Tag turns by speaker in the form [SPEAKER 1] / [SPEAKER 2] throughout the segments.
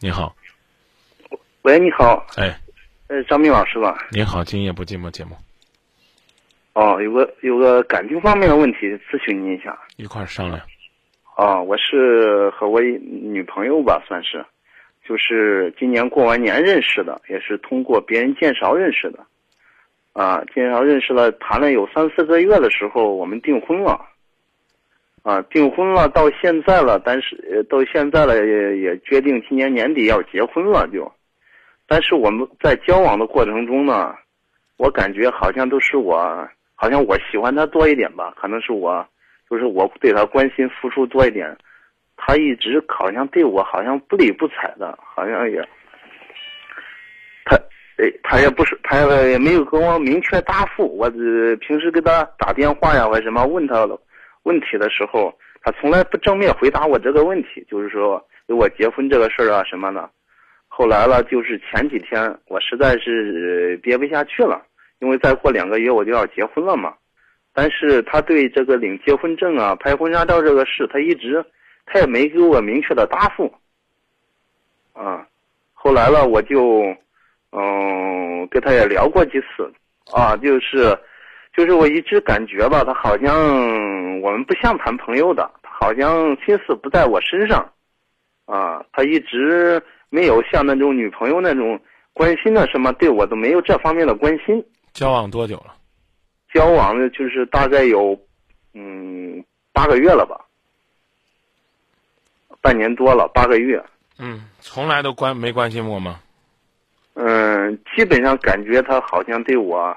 [SPEAKER 1] 你好，
[SPEAKER 2] 喂，你好，
[SPEAKER 1] 哎，
[SPEAKER 2] 呃，张明老师吧？
[SPEAKER 1] 你好，今夜不寂寞节目，
[SPEAKER 2] 哦，有个有个感情方面的问题咨询您一下。
[SPEAKER 1] 一块儿商量。
[SPEAKER 2] 啊，我是和我一女朋友吧，算是，就是今年过完年认识的，也是通过别人介绍认识的，啊，介绍认识了，谈了有三四个月的时候，我们订婚了，啊，订婚了，到现在了，但是呃到现在了也也决定今年年底要结婚了，就，但是我们在交往的过程中呢，我感觉好像都是我，好像我喜欢他多一点吧，可能是我。就是我对他关心付出多一点，他一直好像对我好像不理不睬的，好像也，他诶，他也不是，他也没有给我明确答复。我只平时给他打电话呀，或者什么问他问题的时候，他从来不正面回答我这个问题，就是说给我结婚这个事儿啊什么的。后来了，就是前几天我实在是呃憋不下去了，因为再过两个月我就要结婚了嘛。但是他对这个领结婚证啊、拍婚纱照这个事，他一直他也没给我明确的答复。啊，后来了，我就嗯跟他也聊过几次，啊，就是就是我一直感觉吧，他好像我们不像谈朋友的，他好像心思不在我身上，啊，他一直没有像那种女朋友那种关心啊的什么，对我都没有这方面的关心。
[SPEAKER 1] 交往多久了？
[SPEAKER 2] 交往的就是大概有，嗯，八个月了吧，半年多了，八个月。
[SPEAKER 1] 嗯，从来都关没关心过吗？
[SPEAKER 2] 嗯，基本上感觉他好像对我，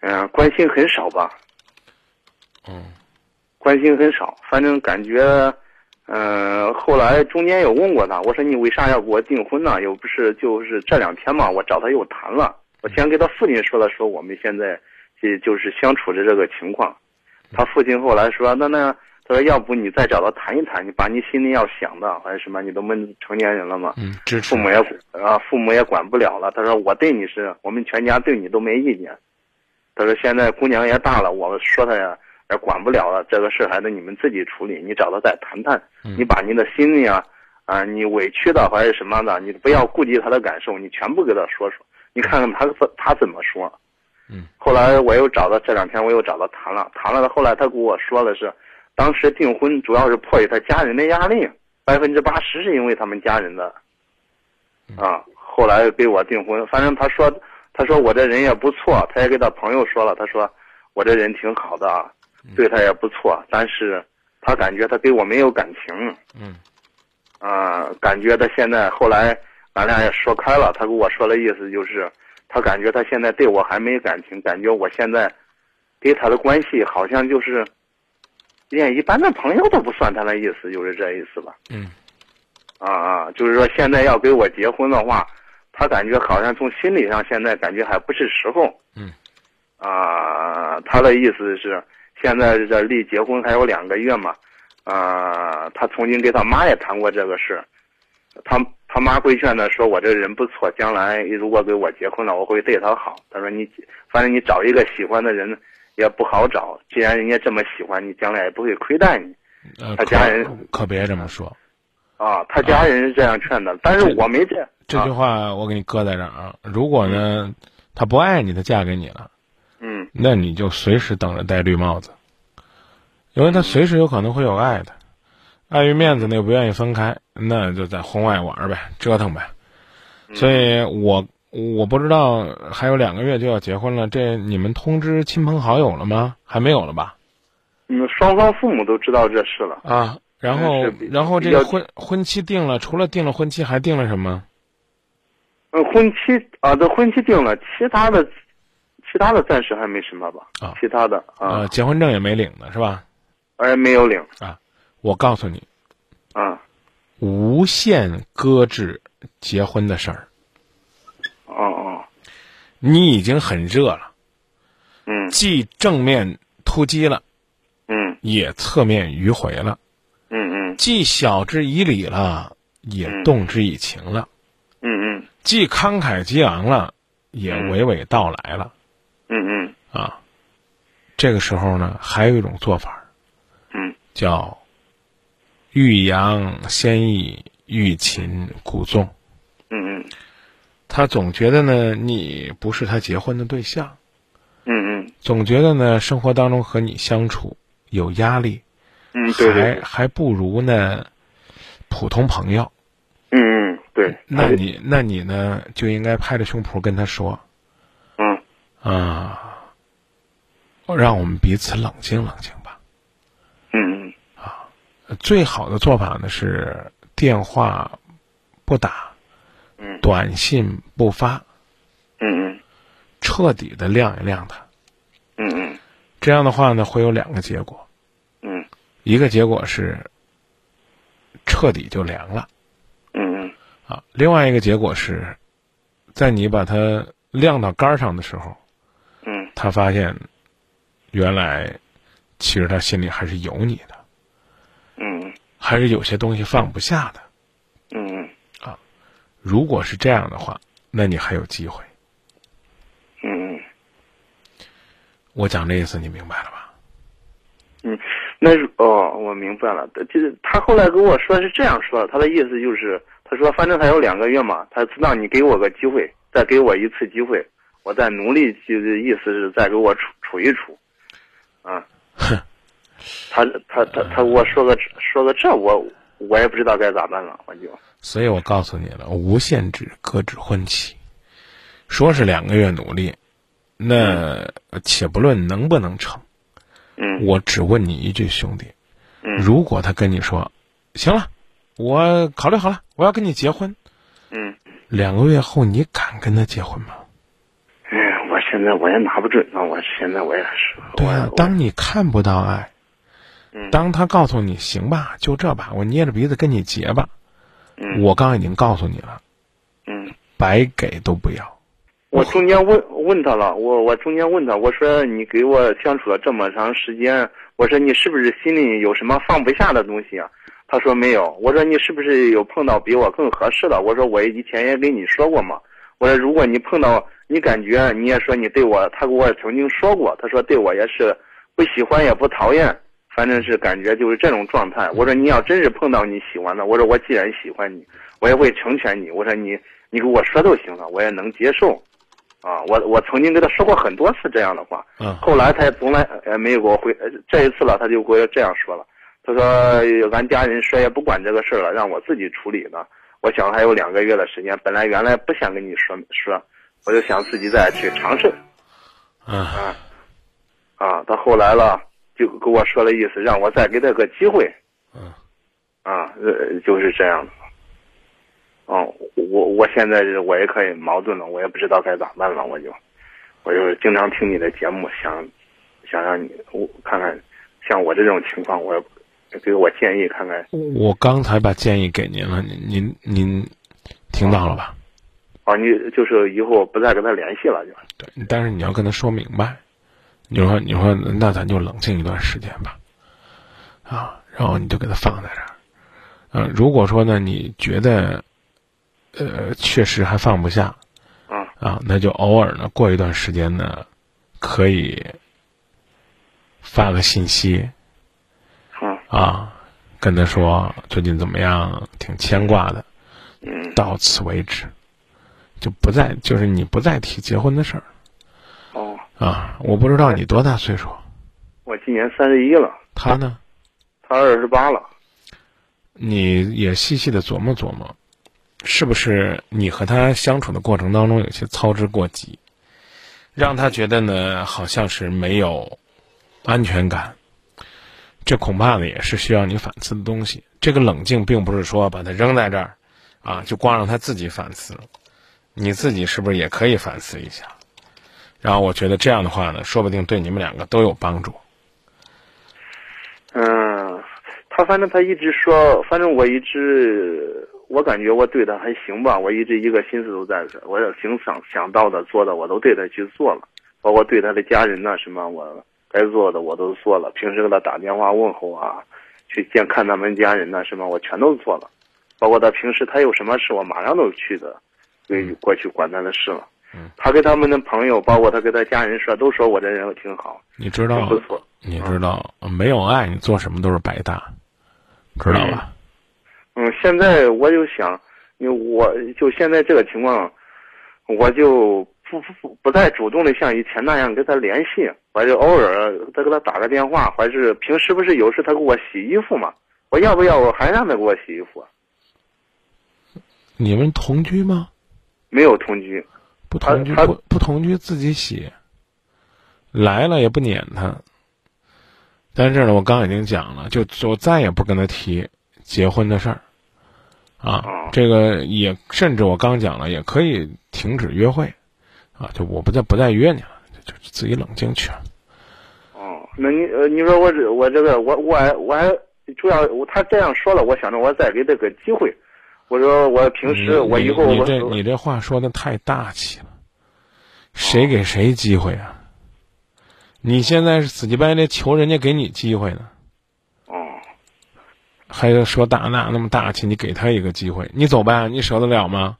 [SPEAKER 2] 嗯、关心很少吧，
[SPEAKER 1] 嗯，
[SPEAKER 2] 关心很少。反正感觉，嗯、后来中间有问过他，我说你为啥要给我订婚呢？又不是就是这两天嘛，我找他又谈了，我先给他父亲说了说我们现在这就是相处的这个情况。他父亲后来说，那那他说要不你再找他谈一谈，你把你心里要想的还是什么，你都们成年人了嘛，
[SPEAKER 1] 嗯，支持
[SPEAKER 2] 父。母也啊，父母也管不了了。他说我对你是我们全家对你都没意见。他说现在姑娘也大了，我说她呀也管不了了，这个事儿还得你们自己处理，你找他再谈谈。
[SPEAKER 1] 嗯
[SPEAKER 2] 你把你的心里啊啊，你委屈的还是什么的，你不要顾及他的感受，你全部给他说说，你看看他怎他怎么说。
[SPEAKER 1] 嗯。
[SPEAKER 2] 后来我又找他，这两天我又找他谈了，谈了。后来他跟我说的是，当时订婚主要是迫于他家人的压力，百分之八十是因为他们家人的。啊，后来给我订婚，反正他说，他说我这人也不错，他也给他朋友说了，他说我这人挺好的啊，对他也不错，但是他感觉他对我没有感情，
[SPEAKER 1] 嗯
[SPEAKER 2] 啊、感觉他现在后来俺俩也说开了，他跟我说的意思就是，他感觉他现在对我还没感情，感觉我现在给他的关系好像就是连一般的朋友都不算，他的意思就是这意思吧。
[SPEAKER 1] 嗯
[SPEAKER 2] 啊啊，就是说现在要给我结婚的话，他感觉好像从心理上现在感觉还不是时候。
[SPEAKER 1] 嗯。
[SPEAKER 2] 啊，他的意思是现在这离结婚还有两个月嘛，啊，他曾经跟他妈也谈过这个事儿，他他妈规劝他说我这人不错，将来如果给我结婚了，我会对他好。他说你反正你找一个喜欢的人也不好找，既然人家这么喜欢你，将来也不会亏待你。
[SPEAKER 1] 呃，可
[SPEAKER 2] 他家人
[SPEAKER 1] 可别这么说。
[SPEAKER 2] 啊，他家人是这样劝的，但是我没这
[SPEAKER 1] 这
[SPEAKER 2] 啊
[SPEAKER 1] 句话我给你搁在这儿啊。如果呢，他不爱你，他嫁给你了，
[SPEAKER 2] 嗯。
[SPEAKER 1] 那你就随时等着戴绿帽子，因为他随时有可能会有爱的。碍于面子呢，又不愿意分开，那就在婚外玩儿呗，折腾呗。所以我我不知道还有两个月就要结婚了，这你们通知亲朋好友了吗？还没有了吧？
[SPEAKER 2] 嗯，双方父母都知道这事了。
[SPEAKER 1] 啊，然后
[SPEAKER 2] 是比
[SPEAKER 1] 然后这
[SPEAKER 2] 比
[SPEAKER 1] 个
[SPEAKER 2] 较
[SPEAKER 1] 婚婚期定了，除了定了婚期，还定了什么？
[SPEAKER 2] 嗯，婚期啊，这婚期定了，其他的，其他的暂时还没什么吧。
[SPEAKER 1] 啊
[SPEAKER 2] 其他的
[SPEAKER 1] 呃，
[SPEAKER 2] 啊，
[SPEAKER 1] 结婚证也没领呢，是吧？
[SPEAKER 2] 哎，没有领
[SPEAKER 1] 我告诉你，
[SPEAKER 2] 啊
[SPEAKER 1] 无限搁置结婚的事儿，
[SPEAKER 2] 哦哦，
[SPEAKER 1] 你已经很热了，
[SPEAKER 2] 嗯
[SPEAKER 1] 既正面突击了，
[SPEAKER 2] 嗯
[SPEAKER 1] 也侧面迂回了，
[SPEAKER 2] 嗯嗯
[SPEAKER 1] 既晓之以理了，也
[SPEAKER 2] 嗯
[SPEAKER 1] 动之以情了，
[SPEAKER 2] 嗯嗯
[SPEAKER 1] 既慷慨激昂了，也
[SPEAKER 2] 嗯
[SPEAKER 1] 娓娓道来了
[SPEAKER 2] 嗯
[SPEAKER 1] 啊。这个时候呢，还有一种做法儿
[SPEAKER 2] 嗯
[SPEAKER 1] 叫“欲扬先抑，欲擒故纵。
[SPEAKER 2] 嗯嗯
[SPEAKER 1] 他总觉得呢，你不是他结婚的对象，
[SPEAKER 2] 嗯嗯
[SPEAKER 1] 总觉得呢，生活当中和你相处有压力，
[SPEAKER 2] 嗯，对对，
[SPEAKER 1] 还还不如呢普通朋友。
[SPEAKER 2] 嗯嗯对，
[SPEAKER 1] 那你那你呢，就应该拍着胸脯跟他说
[SPEAKER 2] 嗯
[SPEAKER 1] 啊，让我们彼此冷静冷静吧。
[SPEAKER 2] 嗯嗯
[SPEAKER 1] 最好的做法呢是电话不打，
[SPEAKER 2] 嗯
[SPEAKER 1] 短信不发，
[SPEAKER 2] 嗯嗯
[SPEAKER 1] 彻底的晾一晾他。
[SPEAKER 2] 嗯嗯
[SPEAKER 1] 这样的话呢，会有两个结果，
[SPEAKER 2] 嗯
[SPEAKER 1] 一个结果是彻底就凉了
[SPEAKER 2] 嗯嗯
[SPEAKER 1] 啊，另外一个结果是，在你把它晾到杆儿上的时候，
[SPEAKER 2] 嗯
[SPEAKER 1] 他发现原来其实他心里还是有你的，
[SPEAKER 2] 嗯
[SPEAKER 1] 还是有些东西放不下的。
[SPEAKER 2] 嗯
[SPEAKER 1] 如果是这样的话，那你还有机会。
[SPEAKER 2] 嗯。
[SPEAKER 1] 我讲这意思，你明白了吧？
[SPEAKER 2] 那是哦，我明白了。就是他后来跟我说是这样说的，他的意思就是，他说反正还有两个月嘛，他让你给我个机会，再给我一次机会，我再努力，就是意思是再给我处处一处，啊。他他他他给我说个说个这我我也不知道该咋办了，我就
[SPEAKER 1] 所以我告诉你了，无限制搁置婚期，说是两个月努力，那且不论能不能成，
[SPEAKER 2] 嗯
[SPEAKER 1] 我只问你一句，兄弟，
[SPEAKER 2] 嗯
[SPEAKER 1] 如果他跟你说，行了，我考虑好了，我要跟你结婚，
[SPEAKER 2] 嗯，
[SPEAKER 1] 两个月后你敢跟他结婚吗？
[SPEAKER 2] 哎呀，我现在我也拿不准呢，我现在我也是，
[SPEAKER 1] 对呀、
[SPEAKER 2] 我
[SPEAKER 1] 当你看不到爱，
[SPEAKER 2] 嗯
[SPEAKER 1] 当他告诉你行吧，就这吧，我捏着鼻子跟你结吧，
[SPEAKER 2] 嗯
[SPEAKER 1] 我刚已经告诉你了，
[SPEAKER 2] 嗯。
[SPEAKER 1] 白给都不要。
[SPEAKER 2] 我中间问问他了，我我中间问他，我说你给我相处了这么长时间，我说你是不是心里有什么放不下的东西啊？他说没有。我说你是不是有碰到比我更合适的？我说我以前也跟你说过嘛。我说如果你碰到你感觉你也说你对我，他给我曾经说过，他说对我也是不喜欢也不讨厌，反正是感觉就是这种状态。我说你要真是碰到你喜欢的，我说我既然喜欢你，我也会成全你。我说你你给我说都行了，我也能接受。啊，我我曾经跟他说过很多次这样的话，
[SPEAKER 1] 嗯，
[SPEAKER 2] 后来他也从来呃没有给我回，呃这一次了他就给我这样说了，他说呃俺家人说也不管这个事儿了，让我自己处理呢。我想还有两个月的时间，本来原来不想跟你说说，我就想自己再去尝试
[SPEAKER 1] 嗯，
[SPEAKER 2] 啊。他后来了就跟我说了意思，让我再给他个机会，
[SPEAKER 1] 嗯，
[SPEAKER 2] 啊，呃就是这样的。哦，我我现在是我也可以矛盾了，我也不知道该咋办了，我就，我就是经常听你的节目，想，想让你我看看，像我这种情况，我给我建议看看。
[SPEAKER 1] 我刚才把建议给您了，您您您听到了吧？
[SPEAKER 2] 哦，你就是以后不再跟他联系了，就，
[SPEAKER 1] 对，但是你要跟他说明白，你说你说那咱就冷静一段时间吧，啊，然后你就给他放在这儿。嗯、如果说呢，你觉得呃确实还放不下
[SPEAKER 2] 嗯
[SPEAKER 1] 啊，那就偶尔呢过一段时间呢，可以发个信息
[SPEAKER 2] 嗯
[SPEAKER 1] 啊，跟他说最近怎么样，挺牵挂的，
[SPEAKER 2] 嗯，
[SPEAKER 1] 到此为止，就不再就是你不再提结婚的事儿。
[SPEAKER 2] 哦，
[SPEAKER 1] 啊，我不知道你多大岁数，
[SPEAKER 2] 我今年三十一了，
[SPEAKER 1] 他呢？
[SPEAKER 2] 他二十八了，
[SPEAKER 1] 你也细细的琢磨琢磨，是不是你和他相处的过程当中有些操之过急，让他觉得呢好像是没有安全感。这恐怕呢也是需要你反思的东西。这个冷静并不是说把他扔在这儿，啊，就光让他自己反思了，你自己是不是也可以反思一下？然后我觉得这样的话呢，说不定对你们两个都有帮助。
[SPEAKER 2] 嗯，他反正他一直说，反正我一直，我感觉我对他还行吧，我一直一个心思都在这，我有行想想到的做的我都对他去做了，包括对他的家人呐、什么我该做的我都做了，平时给他打电话问候啊，去见看他们家人呐、什么我全都做了，包括他平时他有什么事我马上都去的，对过去管他的事了。
[SPEAKER 1] 嗯
[SPEAKER 2] 他跟他们的朋友，包括他跟他家人说，都说我这人挺好，
[SPEAKER 1] 你知
[SPEAKER 2] 挺
[SPEAKER 1] 道
[SPEAKER 2] 啊不错。
[SPEAKER 1] 你知道，没有爱，你做什么都是白搭，知道吧？
[SPEAKER 2] 嗯，现在我就想，因为我就现在这个情况，我就不不不再主动的像以前那样跟他联系，我就偶尔再给他打个电话，还是平时不是有时他给我洗衣服嘛，我要不要我还让他给我洗衣服啊？
[SPEAKER 1] 你们同居吗？
[SPEAKER 2] 没有同居，
[SPEAKER 1] 不同居
[SPEAKER 2] 他
[SPEAKER 1] 不不同居自己洗，来了也不撵他。但是呢，我刚已经讲了，就就再也不跟他提结婚的事儿，啊
[SPEAKER 2] 哦，
[SPEAKER 1] 这个也甚至我刚讲了，也可以停止约会，啊，就我不再不再约你了，就就自己冷静去。
[SPEAKER 2] 哦，那你呃，你说我这我这个我我还我还主要我他这样说了，我想着我再给他个机会，我说我平
[SPEAKER 1] 你
[SPEAKER 2] 时我
[SPEAKER 1] 你
[SPEAKER 2] 以后
[SPEAKER 1] 你
[SPEAKER 2] 我
[SPEAKER 1] 这你这话说的太大气了，
[SPEAKER 2] 哦
[SPEAKER 1] 谁给谁机会啊？你现在是死乞白赖求人家给你机会呢，
[SPEAKER 2] 哦
[SPEAKER 1] 还有说大那那么大气，你给他一个机会，你走吧，你舍得了吗？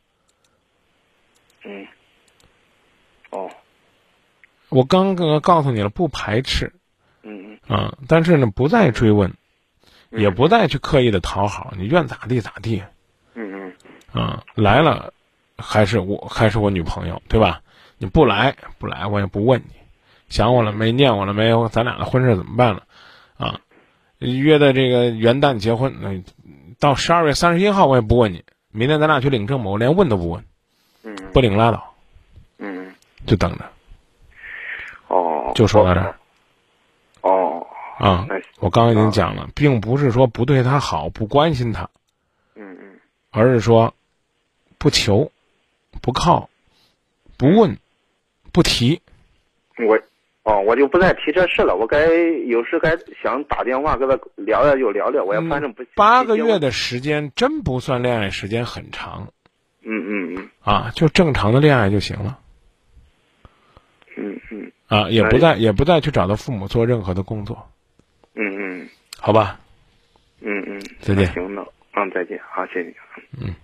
[SPEAKER 2] 嗯哦
[SPEAKER 1] 我刚刚告诉你了，不排斥
[SPEAKER 2] 嗯
[SPEAKER 1] 啊，但是呢，不再追问，也不再去刻意的讨好，你愿咋地咋地
[SPEAKER 2] 嗯嗯
[SPEAKER 1] 啊，来了还是我还是我女朋友，对吧？你不来不来，我也不问你，想我了没？念我了没？有？咱俩的婚事怎么办了？啊，约的这个元旦结婚，那到十二月三十一号我也不问你，明天咱俩去领证吧，我连问都不问，
[SPEAKER 2] 嗯嗯
[SPEAKER 1] 不领拉倒，
[SPEAKER 2] 嗯
[SPEAKER 1] 就等着。
[SPEAKER 2] 哦，
[SPEAKER 1] 就说到这儿
[SPEAKER 2] 哦
[SPEAKER 1] 啊
[SPEAKER 2] 那行，
[SPEAKER 1] 我刚刚已经讲了，并不是说不对他好、不关心他，
[SPEAKER 2] 嗯嗯
[SPEAKER 1] 而是说不求、不靠、不问、不提。
[SPEAKER 2] 我哦我就不再提这事了，我该有时该想打电话跟他聊聊就聊聊，我要反正不
[SPEAKER 1] 嗯八个月的时间真不算恋爱时间很长
[SPEAKER 2] 嗯嗯嗯
[SPEAKER 1] 啊，就正常的恋爱就行了
[SPEAKER 2] 嗯嗯
[SPEAKER 1] 啊，也
[SPEAKER 2] 那
[SPEAKER 1] 不
[SPEAKER 2] 也
[SPEAKER 1] 再也不再去找他父母做任何的工作，
[SPEAKER 2] 嗯嗯
[SPEAKER 1] 好吧？
[SPEAKER 2] 嗯嗯，
[SPEAKER 1] 再见
[SPEAKER 2] 行那嗯再见，好谢谢你。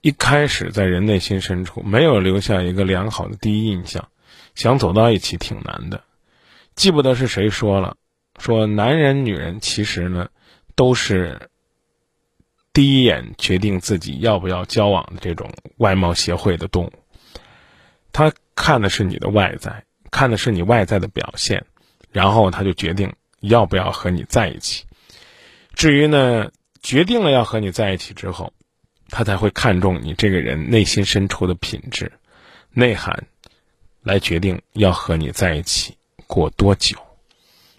[SPEAKER 1] 一开始在人内心深处没有留下一个良好的第一印象，想走到一起挺难的。记不得是谁说了，说男人女人其实呢都是第一眼决定自己要不要交往的这种外貌协会的动物。他看的是你的外在，看的是你外在的表现，然后他就决定要不要和你在一起。至于呢，决定了要和你在一起之后，他才会看重你这个人内心深处的品质、内涵，来决定要和你在一起过多久。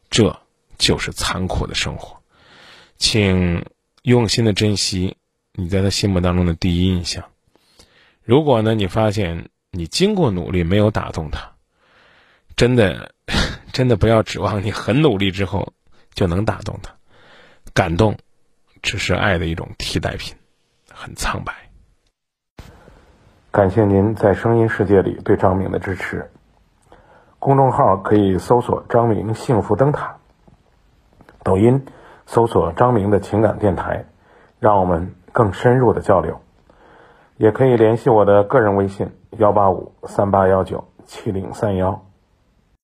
[SPEAKER 1] 这就是残酷的生活，请用心的珍惜你在他心目当中的第一印象。如果呢，你发现你经过努力没有打动他，真的， 真的不要指望你很努力之后就能打动他，感动只是爱的一种替代品。很苍白。感谢您在声音世界里对张明的支持。公众号可以搜索“张明幸福灯塔”，抖音搜索“张明的情感电台”，让我们更深入的交流。也可以联系我的个人微信：幺八五三八幺九七零三幺。